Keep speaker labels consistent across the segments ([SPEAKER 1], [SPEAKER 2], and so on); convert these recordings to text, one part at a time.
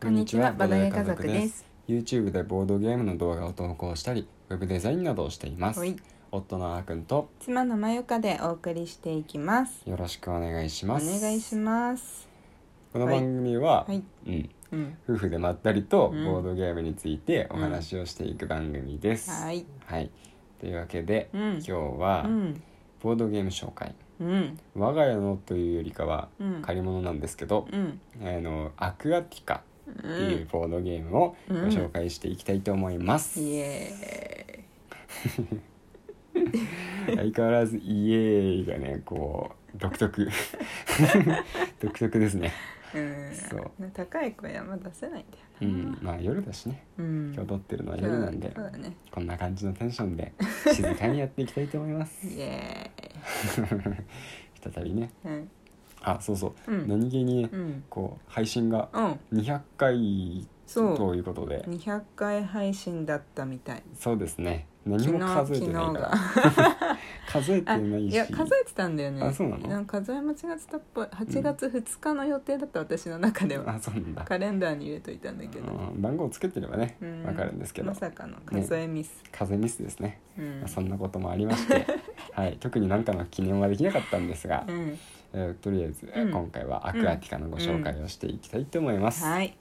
[SPEAKER 1] こんにちはバドヤ家族です
[SPEAKER 2] YouTube でボードゲームの動画を投稿したりウェブデザインなどをしています
[SPEAKER 1] はい
[SPEAKER 2] 夫のあーくんと
[SPEAKER 1] 妻のまゆかでお送りしていきます
[SPEAKER 2] よろしくお願いし
[SPEAKER 1] お
[SPEAKER 2] ます
[SPEAKER 1] 願いします
[SPEAKER 2] この番組は、
[SPEAKER 1] はい
[SPEAKER 2] うん、
[SPEAKER 1] うん
[SPEAKER 2] 夫婦でまったりとボ
[SPEAKER 1] うん
[SPEAKER 2] ードゲームについてお
[SPEAKER 1] うん
[SPEAKER 2] 話をしていく番組です、
[SPEAKER 1] はい
[SPEAKER 2] はいというわけで、
[SPEAKER 1] うん
[SPEAKER 2] 今日は
[SPEAKER 1] うん
[SPEAKER 2] ボードゲーム紹介
[SPEAKER 1] うん
[SPEAKER 2] 我が家のというよりかは
[SPEAKER 1] うん
[SPEAKER 2] 借り物なんですけど、
[SPEAKER 1] うん
[SPEAKER 2] あのアクアティカ
[SPEAKER 1] う
[SPEAKER 2] っていうんボードゲームをご
[SPEAKER 1] うん
[SPEAKER 2] 紹介していきたいと思います、
[SPEAKER 1] イエ
[SPEAKER 2] 相変わらず「イエーイ」がねこう独 特独特ですね
[SPEAKER 1] ーイ
[SPEAKER 2] そう
[SPEAKER 1] うん高い声はまだ出せないん
[SPEAKER 2] う
[SPEAKER 1] だよ
[SPEAKER 2] んまあ夜だしね
[SPEAKER 1] なうん
[SPEAKER 2] 今日撮ってるのは夜なんで
[SPEAKER 1] そうだね
[SPEAKER 2] こんな感じのテンションで静かにやっていきたいと思いま す
[SPEAKER 1] イエ
[SPEAKER 2] 再びね
[SPEAKER 1] ーイうん
[SPEAKER 2] あそうそう、
[SPEAKER 1] うん
[SPEAKER 2] 何気にね
[SPEAKER 1] うん
[SPEAKER 2] こう配信が
[SPEAKER 1] うん
[SPEAKER 2] 200回
[SPEAKER 1] そう
[SPEAKER 2] ということで
[SPEAKER 1] 200回配信だったみたい
[SPEAKER 2] そうですね何も
[SPEAKER 1] 昨日
[SPEAKER 2] 数
[SPEAKER 1] 昨
[SPEAKER 2] え
[SPEAKER 1] 日
[SPEAKER 2] てないから
[SPEAKER 1] が
[SPEAKER 2] 数えて
[SPEAKER 1] あ
[SPEAKER 2] ない
[SPEAKER 1] い
[SPEAKER 2] し
[SPEAKER 1] や数えてたんだよね
[SPEAKER 2] あそうなの
[SPEAKER 1] んか数え間違ってたっぽい8月2日の予定だった私の中では、
[SPEAKER 2] あそうなんだ
[SPEAKER 1] カレンダーに入れといたんだけど、
[SPEAKER 2] うん番号つけてればね
[SPEAKER 1] うん
[SPEAKER 2] わかるんですけど
[SPEAKER 1] まさかの数えミス、
[SPEAKER 2] 風ミスですね
[SPEAKER 1] うん
[SPEAKER 2] まあそんなこともありま して、はい、特に何かの記念はできなかったんですが
[SPEAKER 1] う、ん
[SPEAKER 2] えーとりあえず、えー
[SPEAKER 1] うん
[SPEAKER 2] 今回はアクアティカのご紹介をしていきたいと思います。
[SPEAKER 1] はい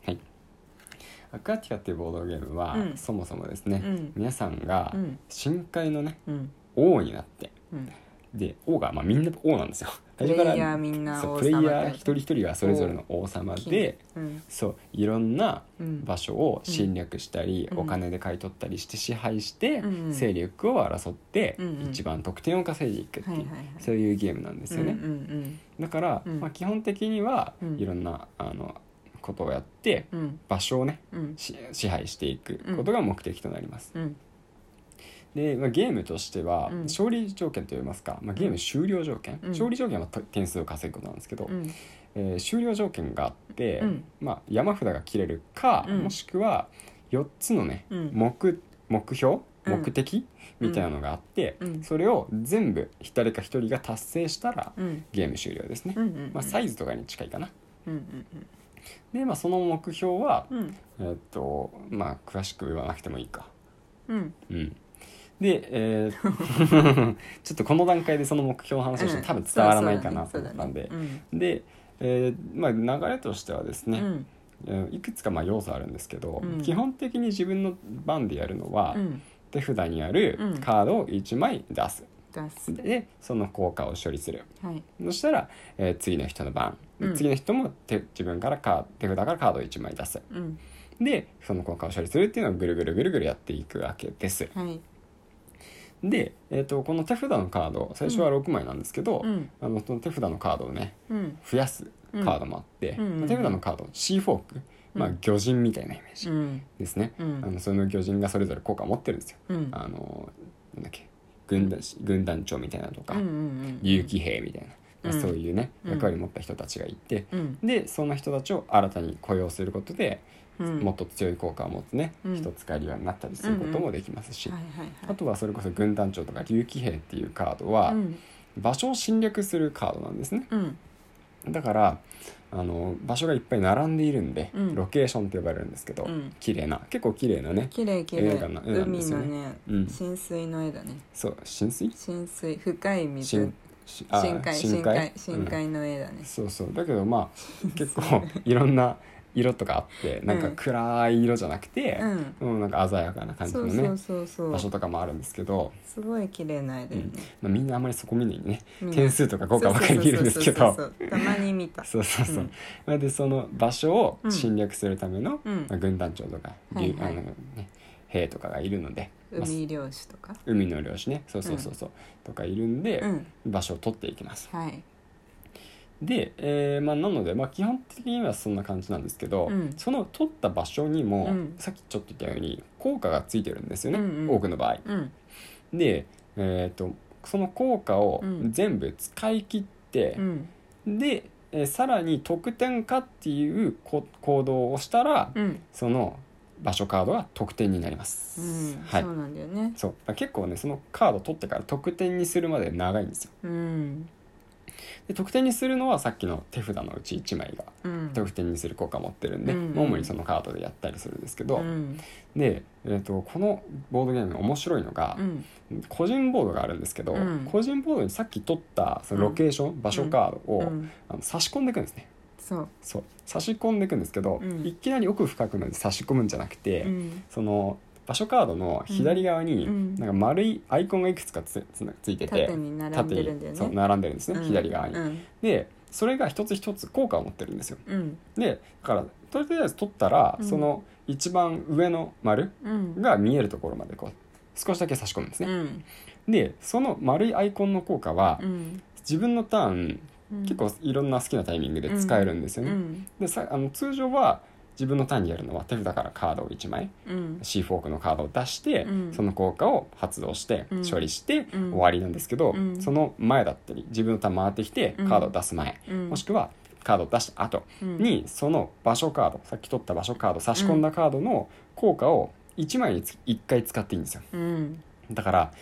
[SPEAKER 2] アクアティカっていうボードゲームは、
[SPEAKER 1] うん
[SPEAKER 2] そもそもです
[SPEAKER 1] う
[SPEAKER 2] ね、
[SPEAKER 1] ん
[SPEAKER 2] 皆さんが
[SPEAKER 1] うん
[SPEAKER 2] 深海のね
[SPEAKER 1] うん
[SPEAKER 2] 王になって
[SPEAKER 1] うん
[SPEAKER 2] で王が、まあ、みんな王なんですよ。
[SPEAKER 1] プレイヤーみんな
[SPEAKER 2] そうプ
[SPEAKER 1] 王様
[SPEAKER 2] レイヤ
[SPEAKER 1] だ
[SPEAKER 2] ー一人一人がそれぞれの王様で
[SPEAKER 1] うん
[SPEAKER 2] そういろんな
[SPEAKER 1] うん
[SPEAKER 2] 場所を侵略したり、
[SPEAKER 1] うん
[SPEAKER 2] お金で買い取ったりして支配して、
[SPEAKER 1] うん
[SPEAKER 2] 勢力を争って、
[SPEAKER 1] うんうん
[SPEAKER 2] 一番得点を稼いでいくっていう、
[SPEAKER 1] はいはいはい
[SPEAKER 2] そういうゲームなんですよね、
[SPEAKER 1] うんうん
[SPEAKER 2] だから、
[SPEAKER 1] うん
[SPEAKER 2] まあ、基本的には、
[SPEAKER 1] うん
[SPEAKER 2] いろんなあのことをやって
[SPEAKER 1] うんうん
[SPEAKER 2] 場所をね
[SPEAKER 1] うん
[SPEAKER 2] し支配していくことが目的となります、
[SPEAKER 1] うん
[SPEAKER 2] で、まあ、ゲームとしては、
[SPEAKER 1] うん
[SPEAKER 2] 勝利条件といいますか、まあ、ゲーム終了条件、
[SPEAKER 1] うん
[SPEAKER 2] 勝利条件はと点数を稼ぐことなんですけど、
[SPEAKER 1] うん
[SPEAKER 2] えー終了条件があって、
[SPEAKER 1] うん
[SPEAKER 2] まあ、山札が切れるか、
[SPEAKER 1] うん
[SPEAKER 2] もしくは4つのね
[SPEAKER 1] うん
[SPEAKER 2] 目目標
[SPEAKER 1] うん
[SPEAKER 2] 目的、みたいなのがあって、
[SPEAKER 1] うん
[SPEAKER 2] それを全部誰か一人が達成したら
[SPEAKER 1] うん
[SPEAKER 2] ゲーム終了ですね、
[SPEAKER 1] うんうん
[SPEAKER 2] まあ、サイズとかに近いかな
[SPEAKER 1] うんうん
[SPEAKER 2] で、まあ、その目標は、
[SPEAKER 1] うんうん
[SPEAKER 2] えーっとまあ詳しく言わなくてもいいか
[SPEAKER 1] うん
[SPEAKER 2] うんで、え ーちょっとこの段階でその目標の話をしても多分伝わらないかなと
[SPEAKER 1] そう
[SPEAKER 2] 思
[SPEAKER 1] だ
[SPEAKER 2] った
[SPEAKER 1] ね
[SPEAKER 2] んで、
[SPEAKER 1] そうだね
[SPEAKER 2] で、えーまあ、流れとしてはです
[SPEAKER 1] う
[SPEAKER 2] ね、
[SPEAKER 1] ん
[SPEAKER 2] えーいくつかまあ要素あるんですけど、
[SPEAKER 1] うん
[SPEAKER 2] 基本的に自分の番でやるのは、
[SPEAKER 1] うん
[SPEAKER 2] 手札にある
[SPEAKER 1] うん
[SPEAKER 2] カードを1枚出す、
[SPEAKER 1] 出す
[SPEAKER 2] でその効果を処理する
[SPEAKER 1] はい
[SPEAKER 2] そしたら、えー次の人の番、
[SPEAKER 1] うん
[SPEAKER 2] 次の人も手自分からカー手札からカードを1枚出す
[SPEAKER 1] うん
[SPEAKER 2] でその効果を処理するっていうのをぐるぐるぐるぐるやっていくわけです
[SPEAKER 1] はい
[SPEAKER 2] で、えー、とこの手札のカード最初は6枚なんですけど、
[SPEAKER 1] うん
[SPEAKER 2] あのその手札のカードをね
[SPEAKER 1] うん
[SPEAKER 2] 増やすカードもあって、
[SPEAKER 1] うんうんうん
[SPEAKER 2] 手札のカード C フォーク、まあ
[SPEAKER 1] うん
[SPEAKER 2] 魚人みたいなイメージ
[SPEAKER 1] うん
[SPEAKER 2] ですね、
[SPEAKER 1] うん
[SPEAKER 2] あのその魚人がそれぞれ効果を持ってるんですよ
[SPEAKER 1] うん
[SPEAKER 2] あのなんだっけ軍団軍団長みたいなのとか、
[SPEAKER 1] うんうんうん
[SPEAKER 2] 有機兵みたいな、まあ
[SPEAKER 1] うん
[SPEAKER 2] そういうね
[SPEAKER 1] うん
[SPEAKER 2] 役割を持った人たちがいて、
[SPEAKER 1] うん
[SPEAKER 2] でその人たちを新たに雇用することで、
[SPEAKER 1] うん
[SPEAKER 2] もっと強い効果を持つね、
[SPEAKER 1] うん
[SPEAKER 2] 人使えるようになったりすることもできますし、
[SPEAKER 1] はいはいはい
[SPEAKER 2] あとはそれこそ軍団長とか竜騎兵っていうカードは
[SPEAKER 1] うん
[SPEAKER 2] 場所を侵略するカードなんですね
[SPEAKER 1] うん
[SPEAKER 2] だからあの場所がいっぱい並んでいるんで、
[SPEAKER 1] うん
[SPEAKER 2] ロケーションって呼ばれるんですけど、
[SPEAKER 1] うん
[SPEAKER 2] 綺麗な結構綺麗なね、
[SPEAKER 1] 綺麗綺
[SPEAKER 2] 映
[SPEAKER 1] 麗
[SPEAKER 2] 画の絵なんで
[SPEAKER 1] 海
[SPEAKER 2] すよ
[SPEAKER 1] の
[SPEAKER 2] ね
[SPEAKER 1] ね
[SPEAKER 2] うん、
[SPEAKER 1] 浸水の絵だね
[SPEAKER 2] そう浸水
[SPEAKER 1] 浸水深い水
[SPEAKER 2] 深しあ
[SPEAKER 1] 深海深海深
[SPEAKER 2] うん
[SPEAKER 1] 海の絵だね
[SPEAKER 2] そうそうだけどまあ結構いろんな色とかあってなんか
[SPEAKER 1] うん
[SPEAKER 2] 暗い色じゃなくて、うんなんか鮮やかな
[SPEAKER 1] う
[SPEAKER 2] 感
[SPEAKER 1] ん
[SPEAKER 2] じの
[SPEAKER 1] そ
[SPEAKER 2] ね
[SPEAKER 1] うそうそうそ
[SPEAKER 2] 場所
[SPEAKER 1] う
[SPEAKER 2] とかもあるんですけど、
[SPEAKER 1] すごい綺麗な絵だよね
[SPEAKER 2] まあ、みんなあんまりそこ見ないね、
[SPEAKER 1] みんな
[SPEAKER 2] 点数とか効果ばっかり見るんですけど
[SPEAKER 1] そうそうそうそうたまに見た
[SPEAKER 2] そうそうそう
[SPEAKER 1] うん
[SPEAKER 2] それでその場所を侵略するための、
[SPEAKER 1] うん
[SPEAKER 2] まあ、軍団長とか、
[SPEAKER 1] はい
[SPEAKER 2] 竜
[SPEAKER 1] はい
[SPEAKER 2] あのね、兵とかがいるので、まあ、
[SPEAKER 1] 海漁師とか
[SPEAKER 2] 海の漁師ねそうそうそうそう、とかいるんで、
[SPEAKER 1] うん
[SPEAKER 2] 場所を取っていきます
[SPEAKER 1] はい
[SPEAKER 2] で、えーまあ、なので、まあ、基本的にはそんな感じなんですけど、
[SPEAKER 1] うん
[SPEAKER 2] その取った場所にも、
[SPEAKER 1] うん
[SPEAKER 2] さっきちょっと言ったように効果がついてるんですよね、
[SPEAKER 1] うんうん
[SPEAKER 2] 多くの場合。
[SPEAKER 1] うん
[SPEAKER 2] で、えー、とその効果を
[SPEAKER 1] うん
[SPEAKER 2] 全部使い切って
[SPEAKER 1] う、ん
[SPEAKER 2] で、えーさらに得点かっていうこ行動をしたら、
[SPEAKER 1] うん
[SPEAKER 2] その場所カードが得点になります。
[SPEAKER 1] うん
[SPEAKER 2] はい
[SPEAKER 1] そうなんだよね
[SPEAKER 2] そうだから結構ねそのカード取ってから得点にするまで長いんですよ
[SPEAKER 1] うん
[SPEAKER 2] で特典にするのはさっきの手札のうち1枚が
[SPEAKER 1] うん
[SPEAKER 2] 特典にする効果持ってるんで、
[SPEAKER 1] うん
[SPEAKER 2] まあ主にそのカードでやったりするんですけど、
[SPEAKER 1] うん
[SPEAKER 2] で、えー、とこのボードゲーム面白いのが
[SPEAKER 1] う、ん
[SPEAKER 2] 個人ボードがあるんですけど、
[SPEAKER 1] うん
[SPEAKER 2] 個人ボードにさっき取ったそのロケーション、場所カードを、
[SPEAKER 1] うん
[SPEAKER 2] あの差し込んでいくんですね
[SPEAKER 1] そう
[SPEAKER 2] そう差し込んでいくんですけど、
[SPEAKER 1] うん
[SPEAKER 2] いきなり奥深くまで差し込むんじゃなくて、
[SPEAKER 1] うん
[SPEAKER 2] その場所カードの左側に
[SPEAKER 1] うん
[SPEAKER 2] なんか丸いアイコンがいくつかつつなついてて
[SPEAKER 1] 縦に並んでるんだよね
[SPEAKER 2] そう並んでるんですね、
[SPEAKER 1] うん
[SPEAKER 2] 左側に。
[SPEAKER 1] うん
[SPEAKER 2] でそれが一つ一つ効果を持ってるんですよ。
[SPEAKER 1] うん
[SPEAKER 2] でだからとりあえず取ったら、
[SPEAKER 1] うん
[SPEAKER 2] その一番上の丸
[SPEAKER 1] うん
[SPEAKER 2] が見えるところまでこう少しだけ差し込むんです
[SPEAKER 1] う
[SPEAKER 2] ね。
[SPEAKER 1] ん
[SPEAKER 2] でその丸いアイコンの効果は、
[SPEAKER 1] うん
[SPEAKER 2] 自分のターン
[SPEAKER 1] うん
[SPEAKER 2] 結構いろんな好きなタイミングで使えるんですよね。
[SPEAKER 1] うん
[SPEAKER 2] でさあの通常は自分のターンにやるのは手札からカードを1枚
[SPEAKER 1] うん、
[SPEAKER 2] C フォークのカードを出して、
[SPEAKER 1] うん
[SPEAKER 2] その効果を発動して
[SPEAKER 1] うん
[SPEAKER 2] 処理して
[SPEAKER 1] うん
[SPEAKER 2] 終わりなんですけど、
[SPEAKER 1] うん
[SPEAKER 2] その前だったり自分のターン回ってきて
[SPEAKER 1] うん
[SPEAKER 2] カードを出す前、
[SPEAKER 1] うん
[SPEAKER 2] もしくはカードを出した後にその場所カードさっき取った場所カード差し込んだカードの効果を1枚につき1回使っていいんですよ
[SPEAKER 1] うん
[SPEAKER 2] だから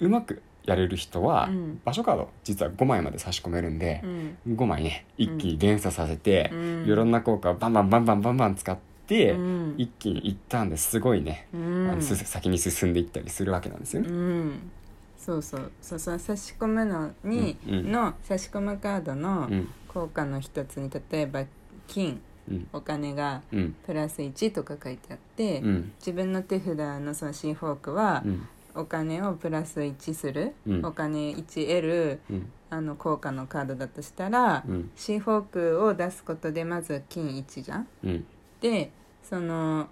[SPEAKER 2] うまくやれる人は
[SPEAKER 1] うん
[SPEAKER 2] 場所カード実は5枚まで差し込めるんで
[SPEAKER 1] う、ん
[SPEAKER 2] 5枚ね一気に連鎖させて、
[SPEAKER 1] うん
[SPEAKER 2] いろんな効果をバンバンバンバンバンバン使って、
[SPEAKER 1] うん
[SPEAKER 2] 一気にいったんですごいね、
[SPEAKER 1] うん
[SPEAKER 2] あのす先に進んでいったりするわけなんですよね。
[SPEAKER 1] うんそうそうそうその差し込むのに、
[SPEAKER 2] うんうん
[SPEAKER 1] の差し込むカードの
[SPEAKER 2] うん
[SPEAKER 1] 効果の一つに例えば金
[SPEAKER 2] うん
[SPEAKER 1] お金が
[SPEAKER 2] うん
[SPEAKER 1] プラス1とか書いてあって、
[SPEAKER 2] うん
[SPEAKER 1] 自分の手札のその C フォークは
[SPEAKER 2] うん
[SPEAKER 1] お金をプラス1する、
[SPEAKER 2] うん
[SPEAKER 1] お金 1L
[SPEAKER 2] うん
[SPEAKER 1] あの効果のカードだとしたら、
[SPEAKER 2] うん
[SPEAKER 1] C フォークを出すことでまず金1じゃん。
[SPEAKER 2] うん
[SPEAKER 1] でその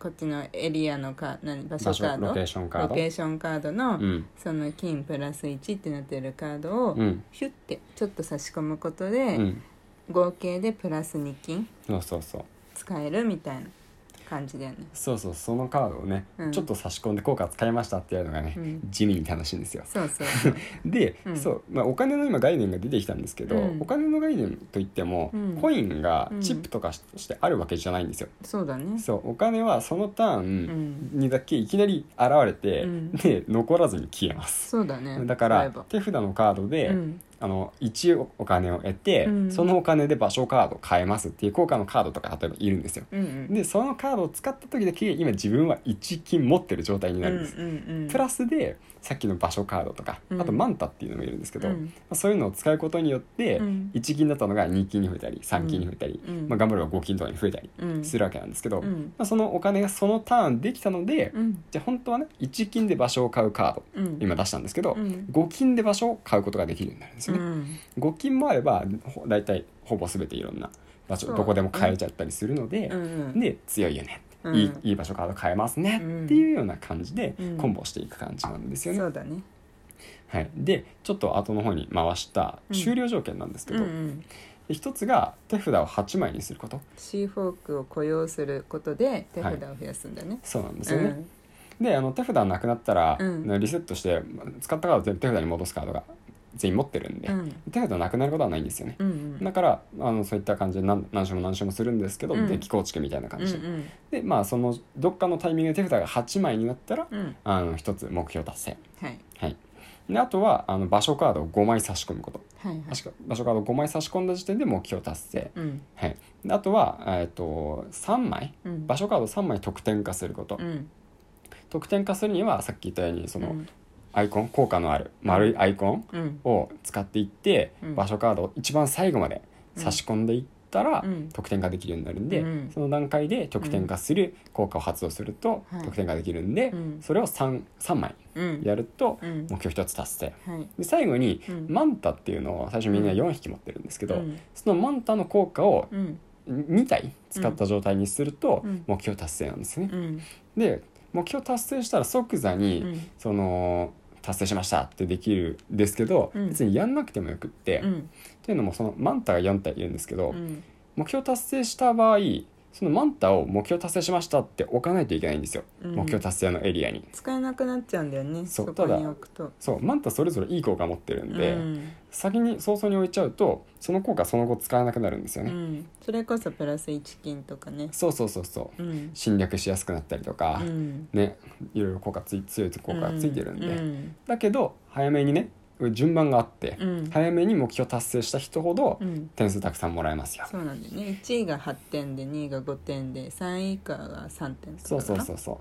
[SPEAKER 1] こっちのエリアのか何場所
[SPEAKER 2] 場所
[SPEAKER 1] カード
[SPEAKER 2] ロケーションカード
[SPEAKER 1] ロケーションカード
[SPEAKER 2] う
[SPEAKER 1] の、
[SPEAKER 2] ん
[SPEAKER 1] その金プラス1ってなってるカードを
[SPEAKER 2] うん
[SPEAKER 1] ヒュッてちょっと差し込むこと
[SPEAKER 2] う
[SPEAKER 1] で、
[SPEAKER 2] ん
[SPEAKER 1] 合計でプラス2金
[SPEAKER 2] そうそうそう
[SPEAKER 1] 使えるみたいな感じだよね
[SPEAKER 2] そうそうそのカードをね、
[SPEAKER 1] うん
[SPEAKER 2] ちょっと差し込んで効果使いましたってやるのがね、
[SPEAKER 1] うん
[SPEAKER 2] 地味に楽しいんですよ。
[SPEAKER 1] そ うそうそう、
[SPEAKER 2] で、
[SPEAKER 1] うん
[SPEAKER 2] そうまあ、お金の今概念が出てきたんですけど、
[SPEAKER 1] うん
[SPEAKER 2] お金の概念といっても、
[SPEAKER 1] うん
[SPEAKER 2] コインがチップとかししてあるわけじゃないんですよ。
[SPEAKER 1] そうだね
[SPEAKER 2] そうお金はそのター
[SPEAKER 1] う
[SPEAKER 2] ン
[SPEAKER 1] ん
[SPEAKER 2] にだけいきなり現れて、
[SPEAKER 1] うん
[SPEAKER 2] で残らずに消えます。
[SPEAKER 1] そうだね
[SPEAKER 2] だか
[SPEAKER 1] そういえ
[SPEAKER 2] ら
[SPEAKER 1] ば
[SPEAKER 2] 手札のカードで、
[SPEAKER 1] うん
[SPEAKER 2] あの1お金を得て、
[SPEAKER 1] うん
[SPEAKER 2] そのお金で場所カードを変えますっていう効果のカードとか例えばいるんですよ。
[SPEAKER 1] うんうん
[SPEAKER 2] でそのカードを使った時だけ今自分は1金持ってる状態になるんです。
[SPEAKER 1] うんうんうん
[SPEAKER 2] プラスでさっきの場所カードとか、
[SPEAKER 1] うん
[SPEAKER 2] あとマンタっていうのもいるんですけど、
[SPEAKER 1] う
[SPEAKER 2] ま
[SPEAKER 1] ん
[SPEAKER 2] あそういうのを使うことによって、
[SPEAKER 1] うん
[SPEAKER 2] 1金だったのが2金に増えたり3金に増えたり、
[SPEAKER 1] うん
[SPEAKER 2] まあ、頑張れば5金とかに増えたり
[SPEAKER 1] うん
[SPEAKER 2] するわけなんですけど、
[SPEAKER 1] う
[SPEAKER 2] ま
[SPEAKER 1] ん
[SPEAKER 2] あ、そのお金がそのターンできたので、
[SPEAKER 1] うん
[SPEAKER 2] じゃあ本当はね1金で場所を買うカード
[SPEAKER 1] うん
[SPEAKER 2] 今出したんですけど、
[SPEAKER 1] うん
[SPEAKER 2] 5金で場所を買うことができるようになるんです
[SPEAKER 1] う
[SPEAKER 2] よね、
[SPEAKER 1] ん
[SPEAKER 2] 5金もあればほ大体ほぼ全ていろんな場
[SPEAKER 1] そ
[SPEAKER 2] 所
[SPEAKER 1] う
[SPEAKER 2] どこでも買えちゃったりするので
[SPEAKER 1] う、ん
[SPEAKER 2] で強いよね、
[SPEAKER 1] うん
[SPEAKER 2] いいいい場所カード買えますね、
[SPEAKER 1] うん
[SPEAKER 2] っていうような感じで
[SPEAKER 1] うん
[SPEAKER 2] コンボしていく感じなんですよね、
[SPEAKER 1] そうだね
[SPEAKER 2] はい、でちょっと後の方に回した
[SPEAKER 1] うん
[SPEAKER 2] 終了条件なんですけ
[SPEAKER 1] うん
[SPEAKER 2] ど、
[SPEAKER 1] うん
[SPEAKER 2] で一つが手札を8枚にすること
[SPEAKER 1] C フォークを雇用することで手札を増やすんだね、
[SPEAKER 2] そうなんです
[SPEAKER 1] う
[SPEAKER 2] よね、
[SPEAKER 1] ん
[SPEAKER 2] であの手札なくなったら、
[SPEAKER 1] うん
[SPEAKER 2] リセットして使ったカード全部手札に戻すカードが全員持ってるんで、
[SPEAKER 1] うん
[SPEAKER 2] 手札なくなることはないんですよね、
[SPEAKER 1] うんうん
[SPEAKER 2] だからあのそういった感じで何何種も何種もするんですけど、
[SPEAKER 1] うん
[SPEAKER 2] デッキ構築みたいな感じで,、
[SPEAKER 1] うん
[SPEAKER 2] でまあそのどっかのタイミングで手札が8枚になったら、
[SPEAKER 1] うんうん
[SPEAKER 2] あの1つ目標達成
[SPEAKER 1] はい
[SPEAKER 2] はいであとはあの場所カードを5枚差し込むこと
[SPEAKER 1] はいはい
[SPEAKER 2] 確か場所カードを5枚差し込んだ時点で目標達成、
[SPEAKER 1] うん
[SPEAKER 2] はい、であとは、えー、と3枚
[SPEAKER 1] うん
[SPEAKER 2] 場所カード3枚得点化すること、
[SPEAKER 1] うん
[SPEAKER 2] 得点化するにはさっき言ったようにその、
[SPEAKER 1] うん
[SPEAKER 2] アイコン効果のある丸いアイコン
[SPEAKER 1] うん
[SPEAKER 2] を使っていって、
[SPEAKER 1] うん
[SPEAKER 2] 場所カードを一番最後まで差し込んでいったら、
[SPEAKER 1] うん
[SPEAKER 2] 得点ができるようになるんで、
[SPEAKER 1] うん
[SPEAKER 2] その段階で得点化する効果を発動すると
[SPEAKER 1] はい
[SPEAKER 2] 得点ができるんで、
[SPEAKER 1] うん
[SPEAKER 2] それを 3, 3枚
[SPEAKER 1] うん
[SPEAKER 2] やると
[SPEAKER 1] うん
[SPEAKER 2] 目標1つ達成。
[SPEAKER 1] はい
[SPEAKER 2] で最後に、
[SPEAKER 1] うん
[SPEAKER 2] マンタっていうのを最初みんな4匹持ってるんですけど、
[SPEAKER 1] うん
[SPEAKER 2] そのマンタの効果を
[SPEAKER 1] うん
[SPEAKER 2] 2体使った状態にすると
[SPEAKER 1] うん
[SPEAKER 2] 目標達成なんですね。
[SPEAKER 1] うん
[SPEAKER 2] で目標達成したら即座に、
[SPEAKER 1] うん
[SPEAKER 2] その達成しましたってできるんですけど、
[SPEAKER 1] うん
[SPEAKER 2] 別にやんなくてもよくって、
[SPEAKER 1] う
[SPEAKER 2] っ
[SPEAKER 1] ん
[SPEAKER 2] ていうのもそのマンタが4体いるんですけど、
[SPEAKER 1] うん
[SPEAKER 2] 目標達成した場合そのマンタを目標達成しましたって置かないといけないんですよ、
[SPEAKER 1] うん
[SPEAKER 2] 目標達成のエリアに。
[SPEAKER 1] 使えなくなっちゃうんだよね
[SPEAKER 2] そう
[SPEAKER 1] そこ
[SPEAKER 2] た
[SPEAKER 1] に
[SPEAKER 2] だ
[SPEAKER 1] 置くと
[SPEAKER 2] そうマンタそれぞれいい効果持ってるんで、
[SPEAKER 1] うん
[SPEAKER 2] 先に早々に置いちゃうとその効果その後使えなくなるんですよ
[SPEAKER 1] う
[SPEAKER 2] ね、
[SPEAKER 1] んそれこそプラス1金とかね
[SPEAKER 2] そうそうそうそう
[SPEAKER 1] うん
[SPEAKER 2] 侵略しやすくなったりとか、
[SPEAKER 1] うん
[SPEAKER 2] ねいろいろ効果つい強い効果がついてるんで、
[SPEAKER 1] うん
[SPEAKER 2] だけど早めにね順番があって、
[SPEAKER 1] うん
[SPEAKER 2] 早めに目標達成した人ほど
[SPEAKER 1] うん
[SPEAKER 2] 点数たくさんもらえますよ、
[SPEAKER 1] そうなんだよね1位が8点で2位が5点で3位以下が3点とか
[SPEAKER 2] そうそうそううそう
[SPEAKER 1] う、う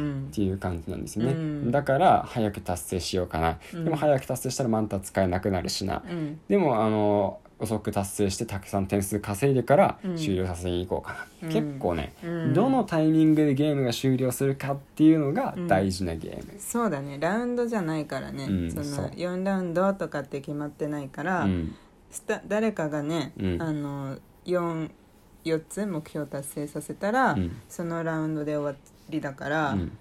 [SPEAKER 1] ん
[SPEAKER 2] っていう感じなんですよね、
[SPEAKER 1] うん
[SPEAKER 2] だから早く達成しようかな、
[SPEAKER 1] うん
[SPEAKER 2] でも早く達成したら満タン使えなくなるしな、
[SPEAKER 1] うん、
[SPEAKER 2] でもあの遅く達成してたくさん点数稼いでから
[SPEAKER 1] うん
[SPEAKER 2] 終了させに行こうかな、
[SPEAKER 1] うん
[SPEAKER 2] 結構ね、
[SPEAKER 1] うん
[SPEAKER 2] どのタイミングでゲームが終了するかっていうのが大事なゲーム、
[SPEAKER 1] そうだねラウンドじゃないからね、
[SPEAKER 2] うん
[SPEAKER 1] そ
[SPEAKER 2] そう
[SPEAKER 1] の4ラウンドとかって決まってないから、
[SPEAKER 2] うん
[SPEAKER 1] スタ誰かがね、
[SPEAKER 2] うん
[SPEAKER 1] あの 4, 4つ目標達成させたら、
[SPEAKER 2] うん
[SPEAKER 1] そのラウンドで終わりだか
[SPEAKER 2] う
[SPEAKER 1] ら、
[SPEAKER 2] ん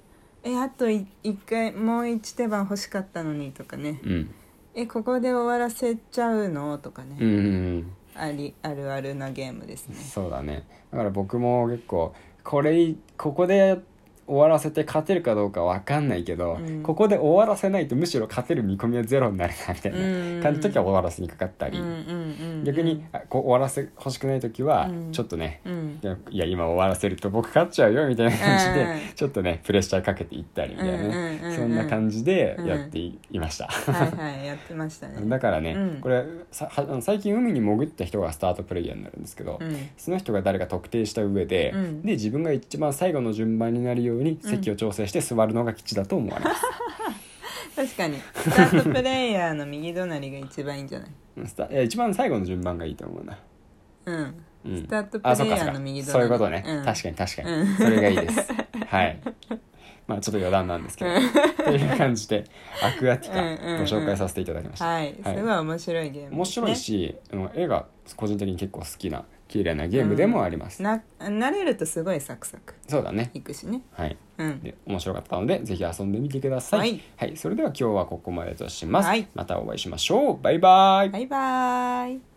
[SPEAKER 1] えあと1回もう1手番欲しかったのにとかね、
[SPEAKER 2] うん
[SPEAKER 1] えここで終わらせちゃうのとかね、
[SPEAKER 2] うんうん
[SPEAKER 1] ありあるあるなゲームですね
[SPEAKER 2] そうだねだから僕も結構これいここで終わらせて勝てるかどうかわかんないけど、
[SPEAKER 1] うん
[SPEAKER 2] ここで終わらせないとむしろ勝てる見込みはゼロになるなみたいな感じの時は終わらせにかかったり、
[SPEAKER 1] うんうんうんうん
[SPEAKER 2] 逆にあこう終わらせ欲しくない時は
[SPEAKER 1] うん
[SPEAKER 2] ちょっとね、
[SPEAKER 1] うん
[SPEAKER 2] いやいや今終わらせると僕勝っちゃうよみたいな感じで、
[SPEAKER 1] うん
[SPEAKER 2] ちょっとねプレッシャーかけていったりみたいなね、
[SPEAKER 1] うんうんうんうん
[SPEAKER 2] そんな感じでやってい,、ました。
[SPEAKER 1] はいはいやってましたね
[SPEAKER 2] だからね、
[SPEAKER 1] うん
[SPEAKER 2] これさはあの最近海に潜った人がスタートプレイヤーになるんですけど、
[SPEAKER 1] うん
[SPEAKER 2] その人が誰か特定した上で、
[SPEAKER 1] うん
[SPEAKER 2] で自分が一番最後の順番になるように
[SPEAKER 1] うん
[SPEAKER 2] 席を調整して座るのが吉だと思われ ます、
[SPEAKER 1] 確かにスタートプレイヤーの右隣が一番いいんじゃない
[SPEAKER 2] うんスタいや一番最後の順番がいいと思うな、
[SPEAKER 1] うん
[SPEAKER 2] うん、
[SPEAKER 1] スタートプ
[SPEAKER 2] あそ
[SPEAKER 1] レ
[SPEAKER 2] う
[SPEAKER 1] イ
[SPEAKER 2] か
[SPEAKER 1] ヤ
[SPEAKER 2] そう
[SPEAKER 1] ー
[SPEAKER 2] か
[SPEAKER 1] の右
[SPEAKER 2] そうい
[SPEAKER 1] 隣
[SPEAKER 2] うことね、
[SPEAKER 1] ん
[SPEAKER 2] 確かに確かに、
[SPEAKER 1] うん
[SPEAKER 2] それがいいです はいまあちょっと余談なんですけどという感じでアクアティカ
[SPEAKER 1] うんうんうん
[SPEAKER 2] ご紹介させていただきました、
[SPEAKER 1] はい、
[SPEAKER 2] はい
[SPEAKER 1] すごい面白いゲーム、ね、
[SPEAKER 2] 面白いし、あの絵が個人的に結構好きな綺麗なゲームでもあります、
[SPEAKER 1] な慣れるとすごいサクサク
[SPEAKER 2] そうだね
[SPEAKER 1] いくしね
[SPEAKER 2] はい
[SPEAKER 1] うん
[SPEAKER 2] で面白かったのでぜひ遊んでみてください、
[SPEAKER 1] はい
[SPEAKER 2] それでは今日はここまでとします、
[SPEAKER 1] はい
[SPEAKER 2] またお会いしましょうバイバイ
[SPEAKER 1] バイバーイ